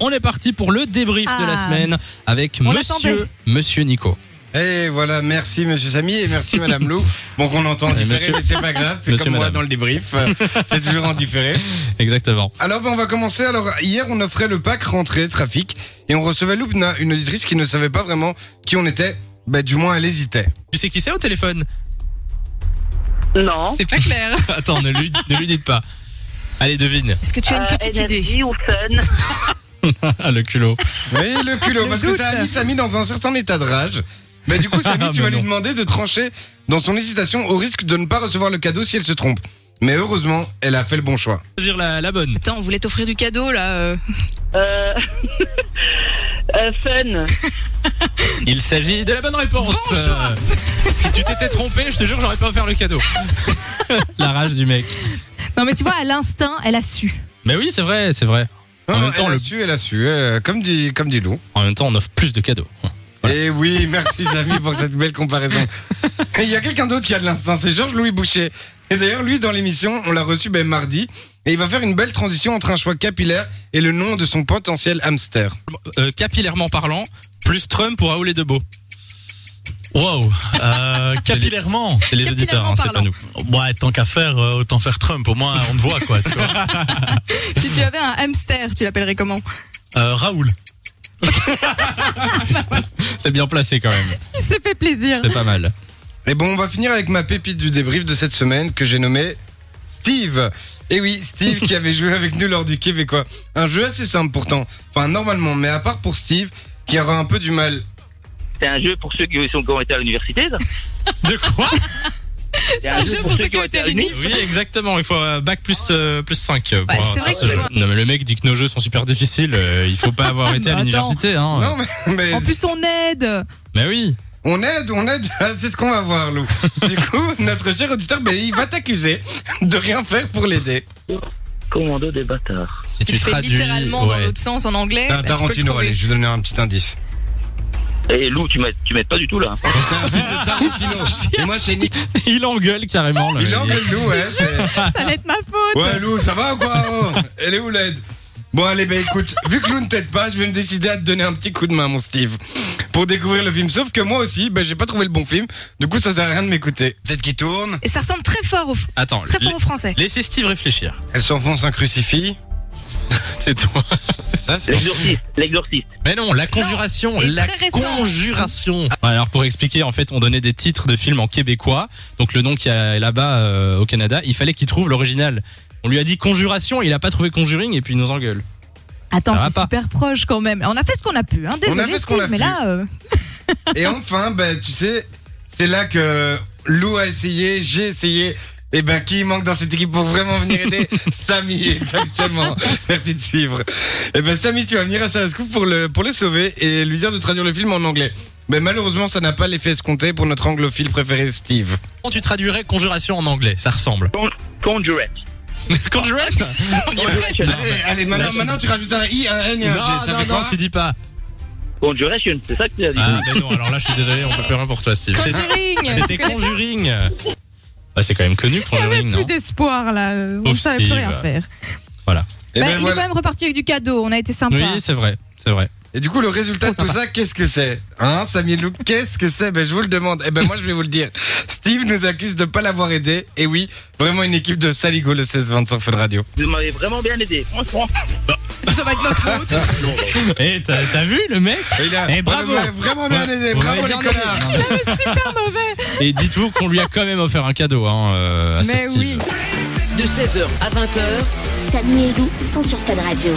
on est parti pour le débrief de la Ah. semaine avec On l'attendait. monsieur, monsieur Nico. Et Eh, voilà, merci Monsieur Samy et merci Madame Lou. Bon qu'on entend en Et différé, Eh, monsieur- mais c'est pas grave, c'est Monsieur, comme moi madame. dans le débrief, euh, c'est toujours en différé. Exactement. Alors ben, on va commencer. Alors hier on offrait le pack rentrée trafic et on recevait Loupna, une auditrice qui ne savait pas vraiment qui on était. Bah du moins elle hésitait. Tu sais qui c'est au téléphone Non. C'est pas clair. Attends, ne lui, ne lui dites pas. Allez, devine. Est-ce que tu as une Euh, petite NRJ idée ou fun. Ah, le culot. Oui le culot, Le parce que doute. ça a mis Samy dans un certain état de rage. Mais du coup Samy, tu Ah, Mais vas lui non. demander de trancher dans son hésitation au risque de ne pas recevoir le cadeau si elle se trompe. Mais heureusement, elle a fait le bon choix. Choisir la, la bonne. Attends, on voulait t'offrir du cadeau là. euh. Euh, euh, fun. Il s'agit de la bonne réponse. Euh, si tu t'étais trompé, je te jure, j'aurais pas offert le cadeau. la rage du mec. Non, mais tu vois, à l'instinct, elle a su. Mais oui, c'est vrai, c'est vrai. En Ah, même temps, elle le- a su, elle a su, euh, comme dit, comme dit Lou. En même temps, on offre plus de cadeaux. Eh oui, merci Samy pour cette belle comparaison. Et Il y a quelqu'un d'autre qui a de l'instinct, c'est Georges-Louis Boucher. Et d'ailleurs, lui, dans l'émission, on l'a reçu ben, mardi, et il va faire une belle transition entre un choix capillaire et le nom de son potentiel hamster. Euh, capillairement parlant, plus Trump pour Raoul et Debo. Wow, euh, capillairement. C'est les auditeurs, hein, c'est pas nous. Ouais, tant qu'à faire, euh, autant faire Trump. Au moins, on te voit, quoi. Tu vois. si tu avais un hamster, tu l'appellerais comment Euh, Raoul. C'est bien placé quand même. Il s'est fait plaisir. C'est pas mal. Et bon, on va finir avec ma pépite du débrief de cette semaine que j'ai nommé Steve. Et oui, Steve qui avait joué avec nous lors du Québécois. Un jeu assez simple pourtant. Enfin, normalement, mais à part pour Steve, qui aura un peu du mal. C'est un jeu pour ceux qui, sont, qui ont été à l'université. ça. De quoi C'est un jeu pour ceux qui ont été à l'uni. Oui, exactement. Il faut euh, bac plus, euh, plus 5. Ouais, c'est vrai qu'il faut- Non, mais le mec dit que nos jeux sont super difficiles. euh, il faut pas avoir été à Bah, attends. l'université. Hein. Non, mais, mais En plus, on aide. Mais oui. On aide, on aide, c'est ce qu'on va voir, Lou. Du coup, notre cher auditeur, ben, il va t'accuser de rien faire pour l'aider. Commando des bâtards. Si Tu le fais littéralement dans ouais. l'autre sens en anglais. bah, tu peux le trouver. ben, je vais donner un petit indice. Et Lou, tu m'aides tu m'aides pas du tout là. C'est un film de Tarantino. Et moi, c'est Nick. Il engueule carrément. là. Il engueule Lou, ouais. c'est- Ça allait être ma faute. Ouais, Lou, ça va ou quoi oh Elle est où l'aide Bon, allez, ben écoute, vu que Lou ne t'aide pas, je vais me décider à te donner un petit coup de main, mon Steve, pour découvrir le film. Sauf que moi aussi, ben, j'ai pas trouvé le bon film. Du coup, ça sert à rien de m'écouter. Peut-être qu'il tourne, Et ça ressemble très fort au, Attends, très fort la- au français. laissez Steve réfléchir. elle s'enfonce un crucifix. C'est toi. C'est ça c'est- L'exorciste. L'exorciste. Mais non, la conjuration, et la très récent. conjuration. Alors pour expliquer, en fait, on donnait des titres de films en québécois. Donc le nom qu'il y a là-bas euh, au Canada, il fallait qu'il trouve l'original. On lui a dit conjuration, il a pas trouvé conjuring et puis il nous engueule. Attends, Ça va c'est pas. super proche quand même. On a fait ce qu'on a pu, hein. Désolé, On a fait ce qu'on Steve, a mais pu. là, euh, Et enfin, ben, tu sais, c'est là que Lou a essayé, j'ai essayé. Et ben, qui manque dans cette équipe pour vraiment venir aider Samy, exactement. Merci de suivre. Et ben, Samy, tu vas venir à Sarasco pour le, pour le sauver et lui dire de traduire le film en anglais. Mais malheureusement, ça n'a pas l'effet escompté pour notre anglophile préféré, Steve. Comment tu traduirais conjuration en anglais Ça ressemble. Con- Conjurette. Conjurette On y est presque. Allez, allez maintenant, maintenant, tu rajoutes un I, un N et un G. Non, Ça non, fait quoi non, tu dis pas. Conjuration. C'est ça que tu as dit. Ah, ben non, alors là, je suis désolé, on peut plus rien pour toi, Steve. C'est- Conjuring. C'était tu connais- conjuring. Bah, c'est quand même connu, Il n'y avait conjuring, plus non d'espoir là. On ne Pauvre savait plus Steve. rien faire. Et, Bah, ben, il est voilà. quand même reparti avec du cadeau. On a été sympa. Oui, c'est vrai, c'est vrai. Et du coup, le Oh, résultat de Trop tout ça, qu'est-ce que c'est Hein, Samy et Lou, qu'est-ce que c'est Ben, je vous le demande. Eh ben, moi, je vais vous le dire. Steve nous accuse de pas l'avoir aidé. Et oui, vraiment une équipe de Saligo, le 16-20 sur Fun Radio. Vous m'avez vraiment bien aidé. Franchement. Ça va être notre faute. Et Eh, t'as t'as vu le mec Et il a Eh, bravo. Hein. Ah, on l'a vraiment bien Ouais, aidé. vous Bravo, l'avez les bien aidé. connards Non, mais- Super mauvais. Et dites-vous qu'on lui a quand même offert un cadeau hein, euh, à ce Mais Steve. oui. De 16h à 20h, Samy et Lou sont sur Fan Radio.